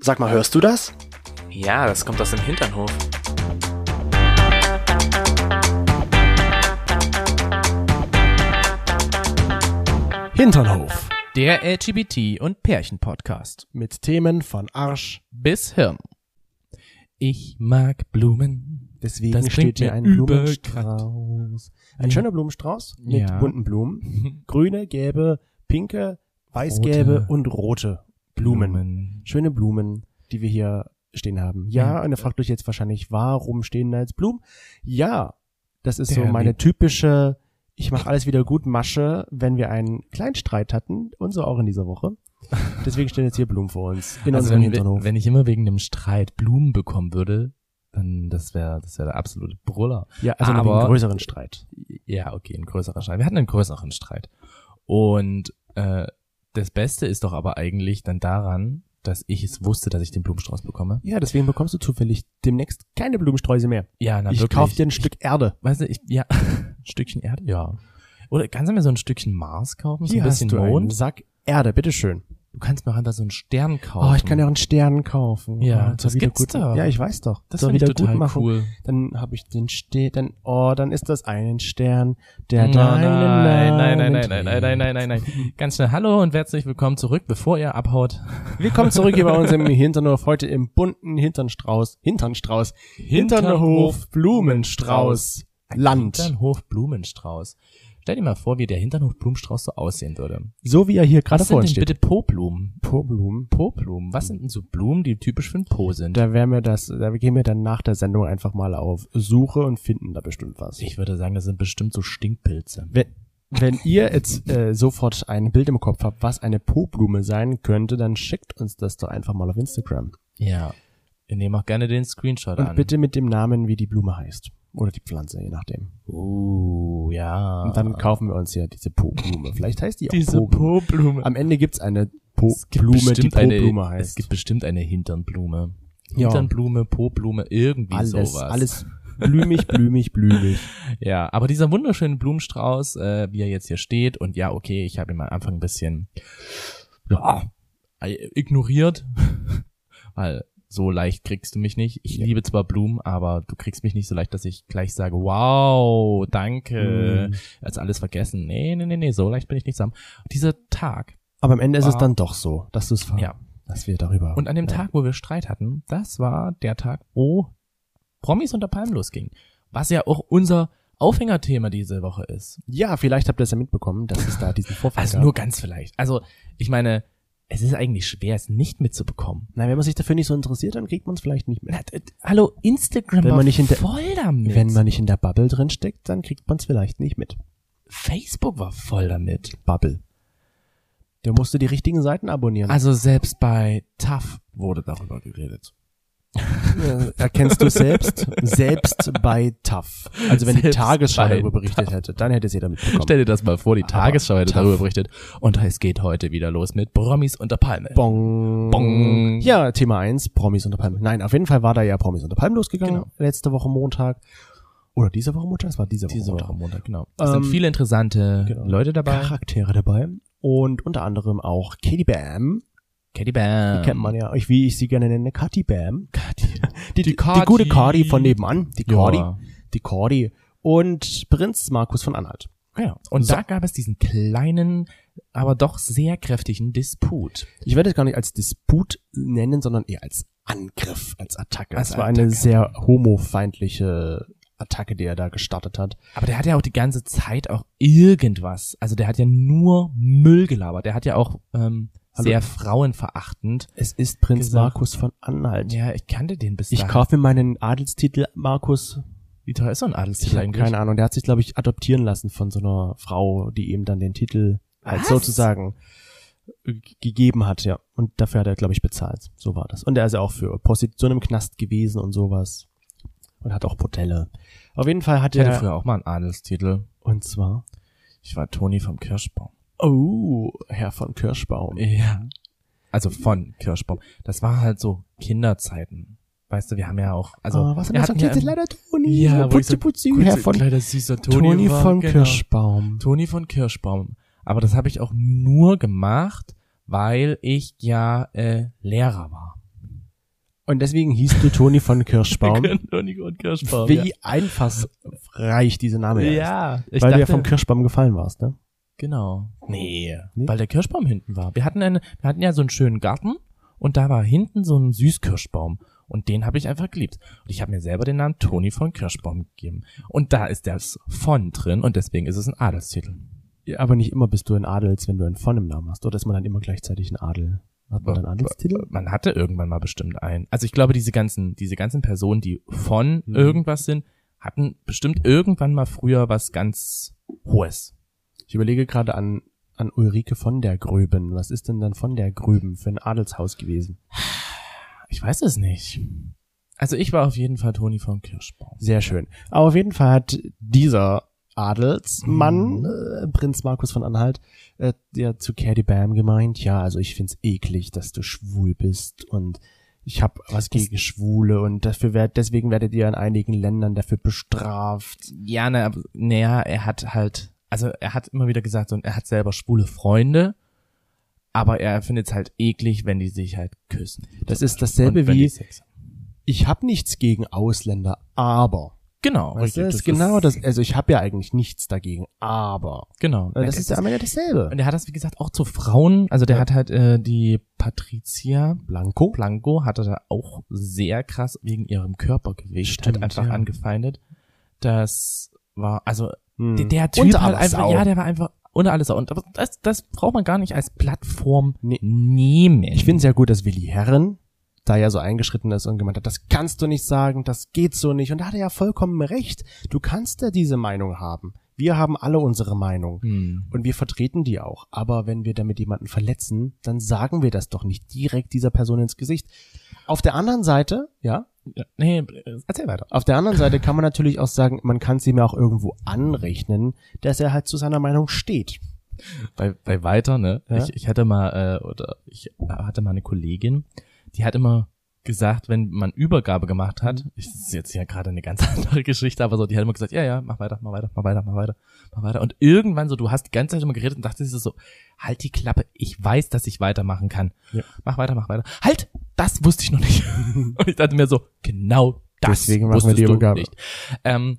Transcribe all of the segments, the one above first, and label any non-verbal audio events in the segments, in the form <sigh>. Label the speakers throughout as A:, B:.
A: Sag mal, hörst du das?
B: Ja, das kommt aus dem Hinternhof.
A: Hinternhof.
C: Der LGBT- und Pärchen-Podcast.
A: Mit Themen von Arsch.
C: Bis Hirn. Ich mag Blumen.
A: Deswegen
C: Das
A: steht
C: bringt
A: hier
C: mir
A: ein
C: übel
A: Blumenstrauß. Ein
C: Ja.
A: schöner Blumenstrauß mit
C: Ja.
A: bunten Blumen.
C: <laughs>
A: Grüne, gelbe, pinke, weißgelbe
C: Rote.
A: und rote Blumen. Schöne Blumen, die wir hier stehen haben. Ja,
C: Ja.
A: und ihr fragt euch jetzt wahrscheinlich, warum stehen da jetzt Blumen? Ja, das ist so
C: Der
A: meine
C: lieb-
A: typische ich mache alles wieder gut Masche, wenn wir einen Kleinstreit hatten und so auch in dieser
C: <laughs>
A: Woche. Deswegen stehen jetzt hier Blumen vor uns in
C: Also
A: unserem
C: wenn,
A: Hinternhof.
C: wir- wenn ich immer wegen einem Streit Blumen bekommen würde, dann das wäre das wäre der absolute Brüller.
A: ja, also aber, einen
C: aber-
A: größeren Streit.
C: Ja, okay, ein größerer Streit. Wir hatten einen größeren Streit. Und äh, das Beste ist doch aber eigentlich dann daran, dass ich es wusste, dass ich den Blumenstrauß bekomme.
A: Ja, deswegen bekommst du zufällig demnächst keine Blumensträuße mehr.
C: Ja, na
A: ich
C: wirklich.
A: kauf dir ein Stück Erde.
C: Weißt du, ich, ja, <laughs> ein Stückchen Erde, ja. Oder kannst du mir so ein Stückchen Mars kaufen, so ein bisschen
A: einen
C: Mond?
A: Sack Erde, bitteschön.
C: Du kannst mir auch einfach so einen Stern kaufen.
A: Oh, ich kann ja auch einen Stern kaufen.
C: Ja,
A: zur
C: das gibt's
A: Wiedergut-
C: doch.
A: Ja, ich weiß doch.
C: das
A: Zur
C: finde ich total
A: Wiedergutmachung.
C: cool.
A: Dann habe ich den Ste dann oh, dann ist das einen Stern, der
C: nein,
A: deinen
C: nein,
A: Namen
C: nein, nein, nein, nein,
A: trägt.
C: nein, nein, nein, nein, nein. Ganz schnell Hallo und herzlich willkommen zurück, bevor ihr abhaut.
A: Willkommen zurück hier bei uns im Hinternhof, heute im bunten Hinternstrauß, Hinternstrauß, Hinternhof, Blumenstrauß, Land.
C: Hinternhof Blumenstrauß. Stell dir mal vor, wie der Hinternhof Blumenstrauß so aussehen würde.
A: So wie er hier gerade
C: Was
A: vor
C: sind
A: uns
C: denn
A: steht.
C: bitte Po-Blumen?
A: Poblumen.
C: Po-Blumen. Was sind denn so Blumen, die typisch für ein Po sind?
A: Da werden wir das, da gehen wir dann nach der Sendung einfach mal auf Suche und finden da bestimmt was.
C: ich würde sagen, das sind bestimmt so Stinkpilze.
A: wenn, wenn ihr jetzt äh, sofort ein Bild im Kopf habt, was eine Poblume sein könnte, dann schickt uns das doch einfach mal auf Instagram.
C: Ja. Wir nehmen auch gerne den Screenshot
A: Und
C: an.
A: bitte mit dem Namen, wie die Blume heißt. Oder die Pflanze, je nachdem.
C: Uh, ja.
A: Und dann kaufen wir uns ja diese Poblume. Vielleicht heißt die auch
C: diese
A: Poblume.
C: Po-Blume.
A: Am Ende gibt's eine
C: Es gibt
A: Po-Blume, die
C: bestimmt eine-
A: Po-Blume
C: Es
A: heißt.
C: gibt bestimmt eine Hinternblume.
A: Ja.
C: Hinternblume, Po-Blume, irgendwie
A: alles,
C: sowas.
A: alles blümig, blümig, blümig. <laughs>
C: Ja, aber dieser wunderschöne Blumenstrauß, äh, wie er jetzt hier steht, und ja, okay, ich habe ihn am Anfang ein bisschen ja, äh, ignoriert, <laughs> weil so leicht kriegst du mich nicht. Ich
A: Ja.
C: liebe zwar Blumen, aber du kriegst mich nicht so leicht, dass ich gleich sage, wow, danke,
A: Mhm.
C: als alles vergessen. Nee, nee, nee, nee, so leicht bin ich nicht zusammen. Dieser Tag,
A: Aber am Ende ist es
C: Ah.
A: dann doch so, dass du es
C: ja.
A: dass wir darüber.
C: Und an dem
A: ja.
C: Tag, wo wir Streit hatten, das war der Tag, wo Promis unter Palmen losging. Was ja auch unser Aufhängerthema diese Woche ist.
A: Ja, vielleicht habt ihr es ja mitbekommen, dass es
C: <laughs>
A: da diesen Vorfall
C: Also
A: gab.
C: nur ganz vielleicht. Also ich meine, es ist eigentlich schwer, es nicht mitzubekommen.
A: Nein, wenn man sich dafür nicht so interessiert, dann kriegt man es vielleicht nicht mit.
C: Na, d- d- Hallo, Instagram
A: Wenn
C: war
A: man nicht in der-
C: voll damit.
A: Wenn man nicht in der Bubble drin steckt, dann kriegt man es vielleicht nicht mit.
C: Facebook war voll damit. Bubble.
A: Da musst du die richtigen Seiten abonnieren.
C: Also selbst bei TAF wurde darüber geredet.
A: Äh, Erkennst du
C: <laughs>
A: selbst? selbst bei TAF. Also wenn
C: Selbst
A: die Tagesschau
C: bei
A: darüber berichtet hätte, dann hätte es jeder mitbekommen.
C: Stell dir das mal vor, die
A: Aber
C: Tagesschau hätte
A: TAF.
C: darüber berichtet. Und es geht heute wieder los mit Promis unter Palme.
A: Bong.
C: Bong.
A: Ja, Thema eins: Promis unter Palmen. Nein, auf jeden Fall war da ja Promis unter Palmen losgegangen
C: Genau.
A: letzte Woche Montag. Oder diese Woche Montag? Es war diese Woche
C: Diese Woche
A: Montag.
C: am Montag, genau. Es sind
A: Ähm,
C: viele interessante
A: genau.
C: Leute dabei.
A: Charaktere dabei. Und unter anderem auch Katie Bam.
C: Katie Bam.
A: Die kennt man ja, ich, wie ich sie gerne nenne, Katy Bam. <laughs> Die, die, die,
C: Kati.
A: gute Cardi von nebenan. Die Cardi.
C: Ja.
A: Die Cardi. Und Prinz Markus von Anhalt.
C: Ja. Und
A: So.
C: da gab es diesen kleinen, aber doch sehr kräftigen Disput.
A: Ich werde es gar nicht als Disput nennen, sondern eher als Angriff, als Attacke.
C: Als
A: es war eine
C: Attacke.
A: sehr homofeindliche Attacke, die er da gestartet hat.
C: Aber der hat ja auch die ganze Zeit auch irgendwas. Also der hat ja nur Müll gelabert. Der hat ja auch ähm,
A: Hallo.
C: sehr frauenverachtend.
A: Es ist Prinz
C: Gesagt.
A: Markus von Anhalt.
C: Ja, ich kannte den bis
A: Ich
C: dahin.
A: kaufe mir meinen Adelstitel Markus.
C: Wie teuer ist so ein
A: Ich
C: Adelstitel
A: habe
C: eigentlich?
A: keine Ahnung. Der hat sich, glaube ich, adoptieren lassen von so einer Frau, die ihm dann den Titel halt
C: Was?
A: sozusagen äh, g- gegeben hat, ja. Und dafür hat er, glaube ich, bezahlt. So war das. Und er ist ja auch für Prostitution im Knast gewesen und sowas. Und hat auch Bordelle. Auf jeden Fall hat
C: Ich hatte
A: er.
C: früher auch mal einen Adelstitel.
A: Und zwar.
C: Ich war Toni vom Kirschbaum.
A: Oh, Herr von Kirschbaum.
C: Ja. Also von Kirschbaum. Das war halt so Kinderzeiten. Weißt du, wir haben ja auch, also
A: Ah, was
C: wir
A: hat er
C: hatten ja
A: gesagt?
C: im-
A: leider Toni.
C: Ja, wo ich
A: putzi,
C: so-
A: putzi,
C: Kurze,
A: Herr von
C: kleiner, süßer Toni,
A: Toni
C: war-
A: von
C: genau.
A: Kirschbaum.
C: Toni von Kirschbaum. Aber das <laughs> habe ich auch nur gemacht, weil ich ja äh, Lehrer war.
A: Und deswegen hieß du Toni
C: <laughs>
A: von Kirschbaum.
C: König und Genau, Kirschbaum.
A: Wie einfallsreich dieser Name
C: Genau. ja.
A: ist.
C: ja. Ich
A: Weil
C: dachte,
A: du ja vom Kirschbaum gefallen warst, ne?
C: Genau. Nee,
A: Nee?
C: weil der Kirschbaum hinten war. Wir hatten, eine, wir hatten ja so einen schönen Garten und da war hinten so ein Süßkirschbaum. Und den habe ich einfach geliebt. Und ich habe mir selber den Namen Toni von Kirschbaum gegeben. Und da ist das von drin und deswegen ist es ein Adelstitel.
A: Ja, aber nicht immer bist du ein Adels, wenn du einen von im Namen hast. Oder ist man dann immer gleichzeitig ein Adel? Hat man dann Adelstitel?
C: Man hatte irgendwann mal bestimmt einen. Also ich glaube, diese ganzen, diese ganzen Personen, die von
A: Mhm.
C: irgendwas sind, hatten bestimmt irgendwann mal früher was ganz Hohes.
A: Ich überlege gerade an, an Ulrike von der Gröben. Was ist denn dann von der Gröben für ein Adelshaus gewesen?
C: Ich weiß es nicht. Also ich war auf jeden Fall Toni von Kirschbaum.
A: Sehr schön. Aber auf jeden Fall hat dieser Adelsmann,
C: Mhm.
A: äh, Prinz Markus von Anhalt, äh, ja, zu Caddy Bam gemeint, ja, also ich find's eklig, dass du schwul bist und ich hab was gegen Schwule und dafür werd, deswegen werdet ihr in einigen Ländern dafür bestraft.
C: Ja, na, ab- naja, er hat halt, also er hat immer wieder gesagt, so, er hat selber schwule Freunde, aber er findet es halt eklig, wenn die sich halt küssen.
A: Das ist dasselbe
C: Und wenn die
A: wie-
C: Sex haben.
A: Ich hab nichts gegen Ausländer, aber.
C: Genau,
A: Weißt du,
C: richtig,
A: das ist genau das. Also ich habe ja eigentlich nichts dagegen, aber.
C: Genau.
A: Äh, Das ist ja am Ende dasselbe.
C: und er hat das, wie gesagt, auch zu Frauen, also der
A: Ja.
C: hat halt äh, die Patricia
A: Blanco?
C: Blanco hatte da auch sehr krass wegen ihrem Körpergewicht
A: Stimmt,
C: halt einfach
A: ja.
C: angefeindet. Das war, also
A: Hm.
C: Der, der Typ
A: Unter
C: hat
A: aller
C: einfach,
A: Sau.
C: ja, der war einfach unter alles. Und aber das, das braucht man gar nicht als Plattform
A: Nee.
C: nehmen.
A: Ich finde es ja gut, dass Willi Herren da ja so eingeschritten ist und gemeint hat, das kannst du nicht sagen, das geht so nicht. Und da hat er ja vollkommen recht. Du kannst ja diese Meinung haben. Wir haben alle unsere Meinung.
C: Hm.
A: Und wir vertreten die auch. Aber wenn wir damit jemanden verletzen, dann sagen wir das doch nicht direkt dieser Person ins Gesicht. Auf der anderen Seite, ja,
C: Ja, nee, äh, erzähl weiter.
A: auf der anderen Seite kann man natürlich auch sagen, man kann es ihm ja auch irgendwo anrechnen, dass er halt zu seiner Meinung steht.
C: Bei, bei weiter, ne?
A: Ja.
C: Ich, ich hatte mal, äh, oder ich hatte mal eine Kollegin, die hat immer gesagt, wenn man Übergabe gemacht hat,
A: Mhm.
C: ich- das ist jetzt ja gerade eine ganz <laughs> andere Geschichte, aber so, die hat immer gesagt, ja, ja, mach weiter, mach weiter, mach weiter, mach weiter, mach weiter. Und irgendwann so, du hast die ganze Zeit immer geredet und dachtest dir so, halt die Klappe, ich weiß, dass ich weitermachen kann.
A: Ja.
C: Mach weiter, mach weiter. Halt, das wusste ich
A: <laughs>
C: noch nicht. und ich dachte mir so, genau das
A: Deswegen machen wir
C: wusstest
A: die
C: du
A: Übergabe.
C: nicht. Ähm,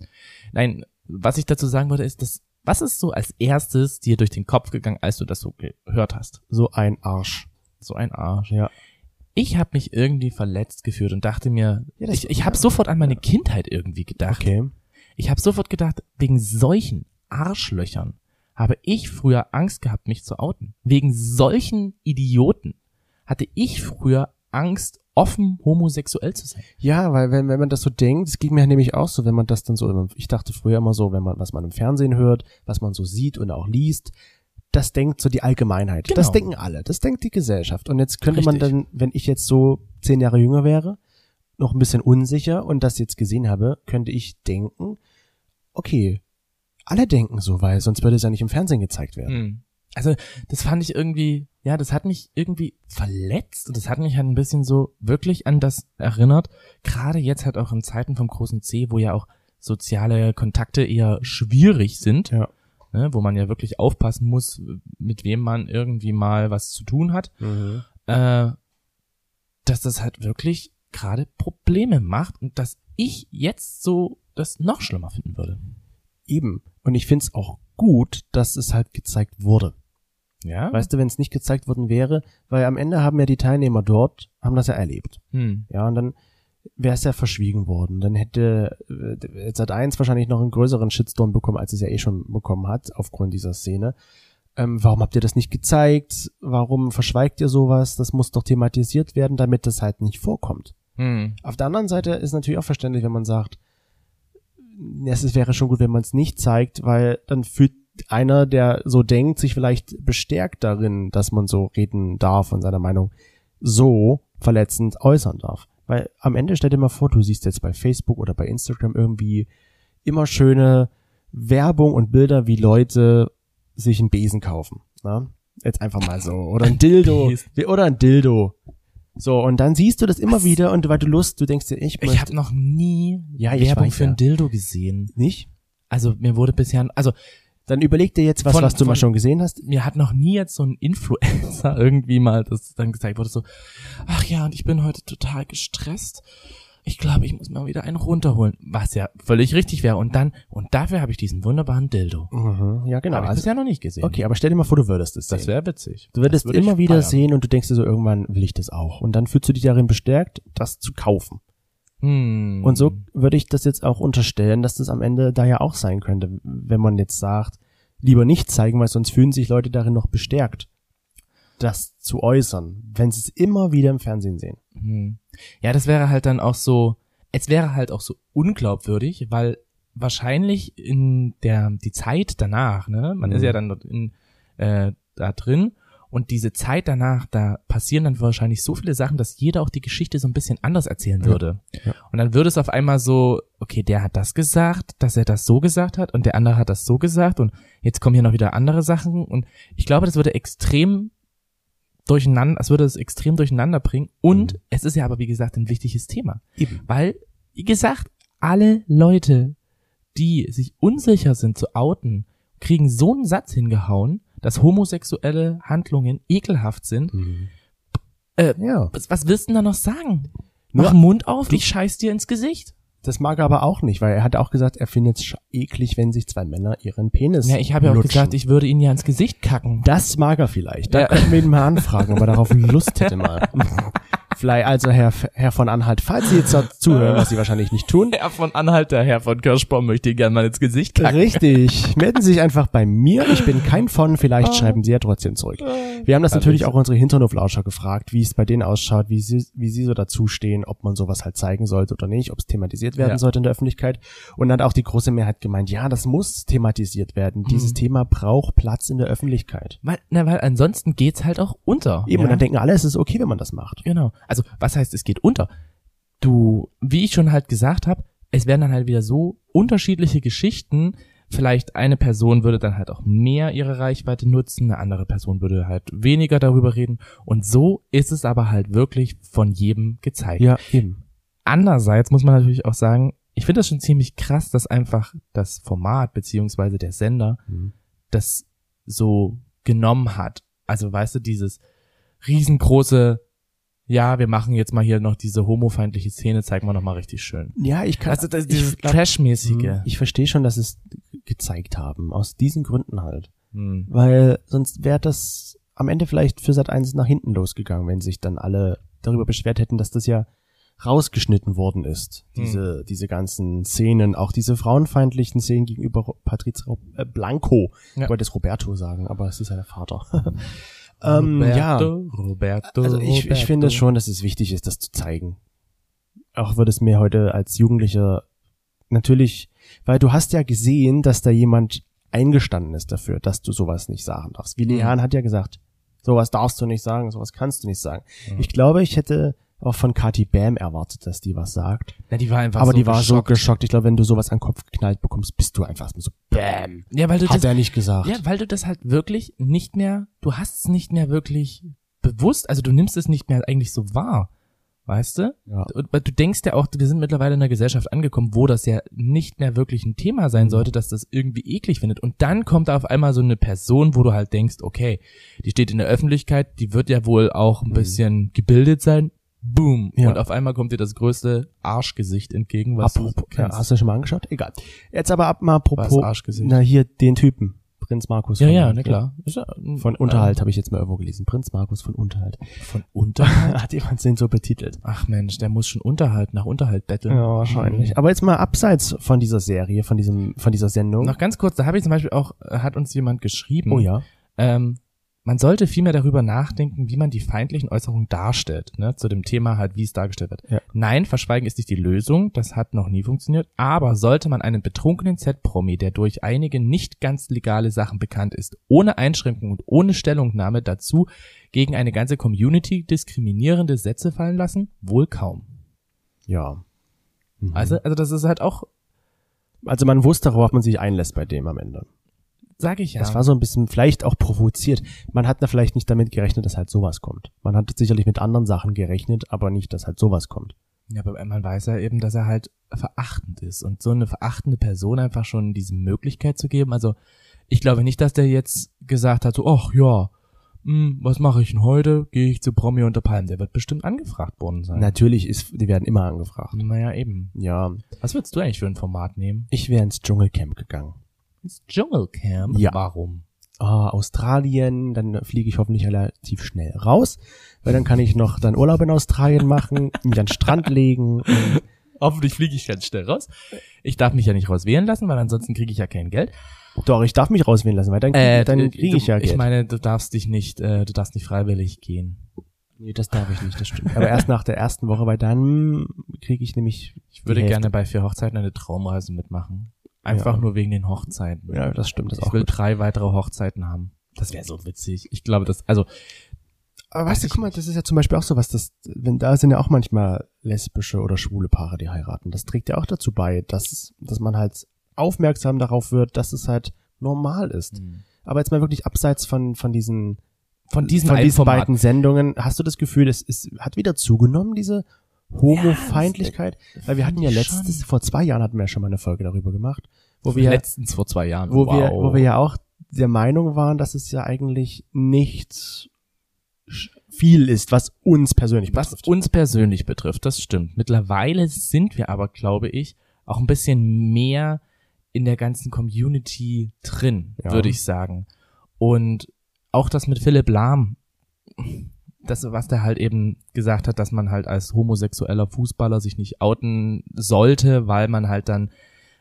C: nein, was ich dazu sagen wollte, ist, dass, was ist so als erstes dir durch den Kopf gegangen, als du das so gehört hast?
A: So ein Arsch.
C: So ein Arsch.
A: Ja.
C: Ich habe mich irgendwie verletzt gefühlt und dachte mir,
A: Ja, das-
C: ich, ich habe sofort an meine Kindheit irgendwie gedacht.
A: Okay.
C: Ich habe sofort gedacht, wegen solchen Arschlöchern habe ich früher Angst gehabt, mich zu outen. Wegen solchen Idioten hatte ich früher Angst, offen homosexuell zu sein.
A: Ja, weil wenn, wenn man das so denkt, es ging mir nämlich auch so, wenn man das dann so, im- ich dachte früher immer so, wenn man, was man im Fernsehen hört, was man so sieht und auch liest, das denkt so die Allgemeinheit.
C: Genau.
A: Das denken alle, das denkt die Gesellschaft. Und jetzt könnte man
C: Richtig.
A: dann, wenn ich jetzt so zehn Jahre jünger wäre, noch ein bisschen unsicher und das jetzt gesehen habe, könnte ich denken, okay, alle denken so, weil sonst würde es ja nicht im Fernsehen gezeigt werden.
C: Also das fand ich irgendwie, ja, das hat mich irgendwie verletzt und das hat mich halt ein bisschen so wirklich an das erinnert. Gerade jetzt halt auch in Zeiten vom großen C, wo ja auch soziale Kontakte eher schwierig sind,
A: Ja.
C: ne, wo man ja wirklich aufpassen muss, mit wem man irgendwie mal was zu tun hat, äh, dass das halt wirklich gerade Probleme macht und dass ich jetzt so das noch schlimmer finden würde.
A: Eben. Und ich finde es auch gut, dass es halt gezeigt wurde.
C: Ja? Weißt
A: Weißt du, wenn es nicht gezeigt worden wäre, weil am Ende haben ja die Teilnehmer dort, haben das ja erlebt.
C: hm.
A: Ja, und dann wäre es ja verschwiegen worden. Dann hätte äh, Sat 1 wahrscheinlich noch einen größeren Shitstorm bekommen, als es ja eh schon bekommen hat, aufgrund dieser Szene. Ähm, warum habt ihr das nicht gezeigt? Warum verschweigt ihr sowas? Das muss doch thematisiert werden, damit das halt nicht vorkommt.
C: Hm.
A: Mhm. Auf der anderen Seite ist natürlich auch verständlich, wenn man sagt, es wäre schon gut, wenn man es nicht zeigt, weil dann fühlt einer, der so denkt, sich vielleicht bestärkt darin, dass man so reden darf und seine Meinung so verletzend äußern darf. Weil am Ende stell dir mal vor, du siehst jetzt bei Facebook oder bei Instagram irgendwie immer schöne Werbung und Bilder, wie Leute sich einen Besen kaufen. Ne? Jetzt einfach mal so. Oder ein Dildo.
C: Besen.
A: Oder ein Dildo. So, und dann siehst du das immer wieder und weil du Lust, du denkst dir, ich
C: Ich habe noch nie
A: Ja, ich
C: Werbung
A: weiß
C: für
A: ja.
C: ein Dildo gesehen.
A: nicht.
C: Also mir wurde bisher, also
A: Dann überleg dir jetzt was,
C: Von-
A: was du mal
C: von-
A: schon gesehen hast.
C: mir hat noch nie jetzt so ein Influencer <laughs> irgendwie mal das dann gezeigt wurde, so, ach ja, und ich bin heute total gestresst. Ich glaube, ich muss mal wieder einen runterholen, was ja völlig richtig wäre. Und dann, und dafür habe ich diesen wunderbaren Dildo.
A: Mhm, ja, genau.
C: Habe ich
A: Also,
C: bisher noch nicht gesehen.
A: okay, aber stell dir mal vor, du würdest es
C: Das
A: sehen.
C: wäre witzig.
A: Du würdest
C: Das würde
A: immer
C: ich
A: wieder
C: feiern.
A: sehen und du denkst dir so, irgendwann will ich das auch. Und dann fühlst du dich darin bestärkt, das zu kaufen.
C: Hm.
A: Und so würde ich das jetzt auch unterstellen, dass das am Ende da ja auch sein könnte, wenn man jetzt sagt, lieber nicht zeigen, weil sonst fühlen sich Leute darin noch bestärkt, das zu äußern, wenn sie es immer wieder im Fernsehen sehen.
C: Hm. Ja, das wäre halt dann auch so, es wäre halt auch so unglaubwürdig, weil wahrscheinlich in der, die Zeit danach, ne, man
A: Mhm.
C: ist ja dann dort in, äh, da drin und diese Zeit danach, da passieren dann wahrscheinlich so viele Sachen, dass jeder auch die Geschichte so ein bisschen anders erzählen
A: Ja.
C: würde.
A: Ja.
C: Und dann würde es auf einmal so, okay, der hat das gesagt, dass er das so gesagt hat und der andere hat das so gesagt und jetzt kommen hier noch wieder andere Sachen und ich glaube, das würde extrem durcheinander, es würde es extrem durcheinander bringen. Und
A: Mhm.
C: es ist ja aber, wie gesagt, ein wichtiges Thema.
A: Eben.
C: Weil, wie gesagt, alle Leute, die sich unsicher sind zu outen, kriegen so einen Satz hingehauen, dass homosexuelle Handlungen ekelhaft
A: Mhm.
C: sind. Äh,
A: Ja.
C: Was, was willst du denn da noch sagen? Mach
A: Nur-
C: den Mund auf, ich scheiß dir ins Gesicht.
A: Das mag er aber auch nicht, weil er hat auch gesagt, er findet es eklig, wenn sich zwei Männer ihren Penis
C: Ja, ich habe ja auch
A: lutschen.
C: gesagt, ich würde ihn ja ins Gesicht kacken.
A: Das mag er vielleicht. Da
C: Ja.
A: könnten wir ihn mal anfragen, ob er darauf Lust hätte
C: <laughs>
A: mal. Vielleicht, also Herr, Herr von Anhalt, falls Sie jetzt zuhören, was Sie wahrscheinlich nicht tun,
C: Herr von Anhalt, der Herr von Kirschbaum möchte ihn gerne mal ins Gesicht kacken.
A: Richtig. Melden Sie sich einfach bei mir. Ich bin kein von.
C: Ah.
A: Vielleicht schreiben Sie ja trotzdem zurück. Wir haben das natürlich auch unsere Hinterhoflauscher gefragt, wie es bei denen ausschaut, wie sie, wie sie so dazustehen, ob man sowas halt zeigen sollte oder nicht, ob es thematisiert werden
C: Ja.
A: sollte in der Öffentlichkeit. Und dann hat auch die große Mehrheit gemeint, ja, das muss thematisiert
C: Mhm.
A: werden. Dieses Thema braucht Platz in der Öffentlichkeit.
C: Weil, na, weil ansonsten geht's halt auch unter.
A: Eben,
C: ja?
A: und dann denken alle, es ist okay, wenn man das macht.
C: Genau. Also, was heißt, es geht unter? Du, wie ich schon halt gesagt habe, es werden dann halt wieder so unterschiedliche Geschichten. Vielleicht eine Person würde dann halt auch mehr ihre Reichweite nutzen, eine andere Person würde halt weniger darüber reden. Und so ist es aber halt wirklich von jedem gezeigt.
A: Ja, eben.
C: Andererseits muss man natürlich auch sagen, ich finde das schon ziemlich krass, dass einfach das Format beziehungsweise der Sender
A: Mhm.
C: das so genommen hat. Also weißt du, dieses riesengroße, ja, wir machen jetzt mal hier noch diese homofeindliche Szene, zeigen wir noch mal richtig schön.
A: Ja, ich kann.
C: Also das,
A: ich
C: dieses
A: glaub-
C: Trash-mäßige.
A: ich verstehe schon, dass sie es gezeigt haben. Aus diesen Gründen halt.
C: Hm.
A: weil sonst wäre das am Ende vielleicht für Sat 1 nach hinten losgegangen, wenn sich dann alle darüber beschwert hätten, dass das ja rausgeschnitten worden ist.
C: Hm.
A: Diese, diese ganzen Szenen, auch diese frauenfeindlichen Szenen gegenüber Ro- Patrice Ro- äh, Blanco.
C: Ja.
A: Ich wollte es Roberto sagen, aber es ist ja der
C: <laughs>
A: Vater. ähm, ja,
C: Roberto, Roberto,
A: also ich, ich
C: Roberto.
A: finde schon, dass es wichtig ist, das zu zeigen. Auch würde es mir heute als Jugendlicher natürlich, weil du hast ja gesehen, dass da jemand eingestanden ist dafür, dass du sowas nicht sagen darfst. Willi
C: Mhm.
A: Hahn hat ja gesagt, sowas darfst du nicht sagen, sowas kannst du nicht sagen.
C: Mhm.
A: Ich glaube, ich hätte auch von Kati Bam erwartet, dass die was sagt.
C: Na, die war einfach
A: Aber
C: so
A: die war
C: geschockt.
A: so geschockt. Ich glaube, wenn du sowas an den Kopf geknallt bekommst, bist du einfach so Bam.
C: Ja, weil du das
A: Hat er nicht gesagt.
C: Ja, weil du das halt wirklich nicht mehr, du hast es nicht mehr wirklich bewusst, also du nimmst es nicht mehr eigentlich so wahr, weißt du?
A: Ja.
C: Und weil du denkst ja auch, wir sind mittlerweile in einer Gesellschaft angekommen, wo das ja nicht mehr wirklich ein Thema
A: Mhm.
C: sein sollte, dass das irgendwie eklig findet. Und dann kommt da auf einmal so eine Person, wo du halt denkst, okay, die steht in der Öffentlichkeit, die wird ja wohl auch ein
A: Mhm.
C: bisschen gebildet sein. Boom.
A: Ja.
C: Und auf einmal kommt dir das größte Arschgesicht entgegen, was du
A: Apropos, ja,
C: kennst.
A: hast du schon mal angeschaut? Egal. Jetzt aber ab mal apropos.
C: Was, Arschgesicht?
A: Na hier den Typen, Prinz Markus.
C: Ja,
A: von-
C: ja, na klar. Äh, Ist ja,
A: Von Unterhalt habe ich jetzt mal irgendwo gelesen. Prinz Markus von
C: <laughs>
A: Unterhalt.
C: Von Unterhalt.
A: Hat jemand den so betitelt?
C: Ach Mensch, der muss schon Unterhalt nach Unterhalt betteln. Mhm.
A: Aber jetzt mal abseits von dieser Serie, von diesem, von dieser Sendung.
C: Noch ganz kurz, da habe ich zum Beispiel auch, äh, hat uns jemand geschrieben,
A: oh ja.
C: ähm, man sollte viel mehr darüber nachdenken, wie man die feindlichen Äußerungen darstellt, ne, zu dem Thema halt, wie es dargestellt wird.
A: Ja.
C: Nein, Verschweigen ist nicht die Lösung, das hat noch nie funktioniert, aber sollte man einen betrunkenen Z-Promi, der durch einige nicht ganz legale Sachen bekannt ist, ohne Einschränkung und ohne Stellungnahme dazu gegen eine ganze Community diskriminierende Sätze fallen lassen? Wohl kaum.
A: Ja. Mhm.
C: Also, also das ist halt auch,
A: Also man wusste, worauf man sich einlässt bei dem am Ende.
C: sag ich ja.
A: Das war so ein bisschen vielleicht auch provoziert. Man hat da vielleicht nicht damit gerechnet, dass halt sowas kommt. Man hat sicherlich mit anderen Sachen gerechnet, aber nicht, dass halt sowas kommt.
C: Ja, aber man weiß ja eben, dass er halt verachtend ist. Und so eine verachtende Person einfach schon diese Möglichkeit zu geben. Also, Ich glaube nicht, dass der jetzt gesagt hat, so, ach ja, hm, was mache ich denn heute? Gehe ich zu Promi unter Palmen? Der wird bestimmt angefragt worden sein.
A: Natürlich ist, die werden immer angefragt.
C: naja, eben.
A: Ja,
C: Was würdest du eigentlich für ein Format nehmen?
A: ich wäre ins Dschungelcamp gegangen.
C: Ins Dschungelcamp?
A: Ja.
C: Warum?
A: Ah, Australien, dann fliege ich hoffentlich relativ schnell raus, weil dann kann ich noch dann Urlaub in Australien
C: <laughs>
A: machen, mich an den Strand legen. Und,
C: Hoffentlich fliege ich ganz schnell raus. Ich darf mich ja nicht rauswählen lassen, weil ansonsten kriege ich ja kein Geld.
A: doch, ich darf mich rauswählen lassen, weil dann, dann kriege ich
C: Äh, du,
A: ja Geld.
C: Ich meine, du darfst dich nicht, äh, du darfst nicht freiwillig gehen.
A: nee, das darf ich nicht, das stimmt. Aber erst nach der ersten Woche, weil dann kriege ich nämlich
C: Ich würde
A: die Hälfte.
C: gerne bei vier Hochzeiten eine Traumreise mitmachen. Einfach
A: Ja.
C: nur wegen den Hochzeiten.
A: Ja, das stimmt, das ist
C: ich
A: auch
C: will
A: gut.
C: drei weitere Hochzeiten haben. Das wäre so witzig. Ich glaube, das, also,
A: Aber weißt du, guck mal, das ist ja zum Beispiel auch sowas, dass, wenn da sind ja auch manchmal lesbische oder schwule Paare, die heiraten. Das trägt ja auch dazu bei, dass, dass man halt aufmerksam darauf wird, dass es halt normal
C: Mhm.
A: ist. Aber jetzt mal wirklich abseits von, von diesen,
C: von diesen,
A: von
C: einen
A: diesen
C: Formaten.
A: beiden Sendungen, hast du das Gefühl, es ist, hat wieder zugenommen, diese Homofeindlichkeit? Weil wir hatten ja
C: Schon.
A: letztes, vor zwei Jahren hatten wir ja schon mal eine Folge darüber gemacht, wo wir,
C: letztens vor zwei Jahren.
A: wo
C: wow.
A: wir, wo wir ja auch der Meinung waren, dass es ja eigentlich nicht sch- viel ist, was uns persönlich
C: was
A: betrifft.
C: uns persönlich betrifft, das stimmt. Mittlerweile sind wir aber, glaube ich, auch ein bisschen mehr in der ganzen Community drin,
A: Ja.
C: würde ich sagen. Und auch das mit Philipp Lahm, das, was der halt eben gesagt hat, dass man halt als homosexueller Fußballer sich nicht outen sollte, weil man halt dann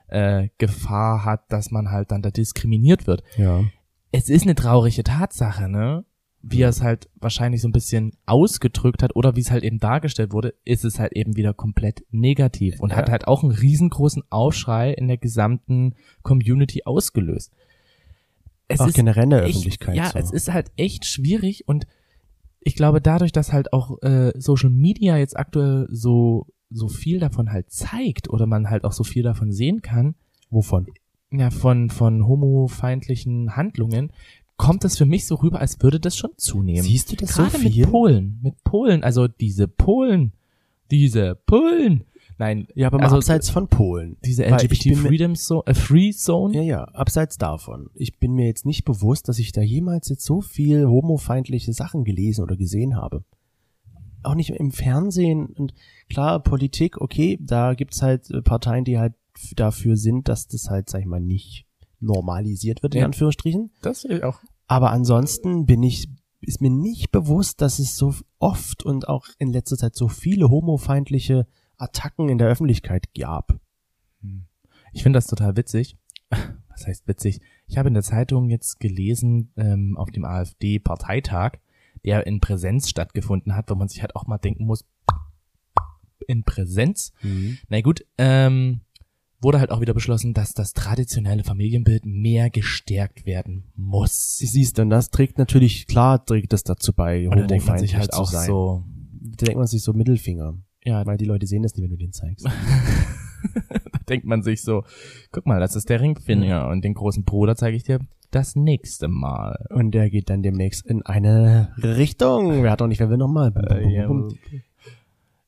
C: äh, Gefahr hat, dass man halt dann da diskriminiert wird
A: ja.
C: es ist eine traurige Tatsache, ne? Wie er
A: Mhm.
C: es halt wahrscheinlich so ein bisschen ausgedrückt hat oder wie es halt eben dargestellt wurde, ist es halt eben wieder komplett negativ und hat
A: Ja.
C: halt auch einen riesengroßen Aufschrei in der gesamten Community ausgelöst. Es
A: auch
C: ist
A: generell in der
C: echt-
A: Öffentlichkeit.
C: Ja,
A: so.
C: es ist halt echt schwierig und ich glaube dadurch, dass halt auch äh, Social Media jetzt aktuell so so viel davon halt zeigt oder man halt auch so viel davon sehen kann,
A: Wovon?
C: ja, von, von homofeindlichen Handlungen, kommt das für mich so rüber, als würde das schon zunehmen.
A: Siehst du das so
C: Gerade
A: viel?
C: mit Polen, mit Polen, also diese Polen, diese Polen, nein,
A: Ja, aber mal
C: Also,
A: abseits von Polen.
C: diese
A: Weil ich
C: LGBT
A: bin mir-
C: Freedom Zone, äh, Free Zone,
A: Ja, ja, abseits davon. Ich bin mir jetzt nicht bewusst, dass ich da jemals jetzt so viel homofeindliche Sachen gelesen oder gesehen habe. Auch nicht im Fernsehen. Und klar, Politik, okay, da gibt's halt äh, Parteien, die halt f- dafür sind, dass das halt, sag ich mal, nicht normalisiert wird, in
C: Ja.
A: Anführungsstrichen.
C: das will ich auch.
A: Aber ansonsten bin ich, ist mir nicht bewusst, dass es so oft und auch in letzter Zeit so viele homofeindliche Attacken in der Öffentlichkeit gab.
C: Ich finde das total witzig. <laughs> Was heißt witzig? Ich habe in der Zeitung jetzt gelesen, ähm, auf dem AfD-Parteitag, der in Präsenz stattgefunden hat, wo man sich halt auch mal denken muss, in Präsenz Na gut, ähm, wurde halt auch wieder beschlossen, dass das traditionelle Familienbild mehr gestärkt werden
A: Sie
C: muss.
A: siehst, und das trägt natürlich, klar trägt das dazu bei,
C: Und da denkt man
A: homofeindlich
C: sich halt
A: zu
C: auch
A: sein.
C: so,
A: Da denkt man sich so Mittelfinger.
C: ja,
A: Weil die Leute sehen das nicht, wenn du den
C: <laughs>
A: zeigst.
C: da <laughs> denkt man sich so, guck mal, das ist der Ringfinger und den großen Bruder zeige ich dir das nächste Mal.
A: Und der geht dann demnächst in eine Richtung. Wer hat doch nicht, wer will nochmal.
C: Äh,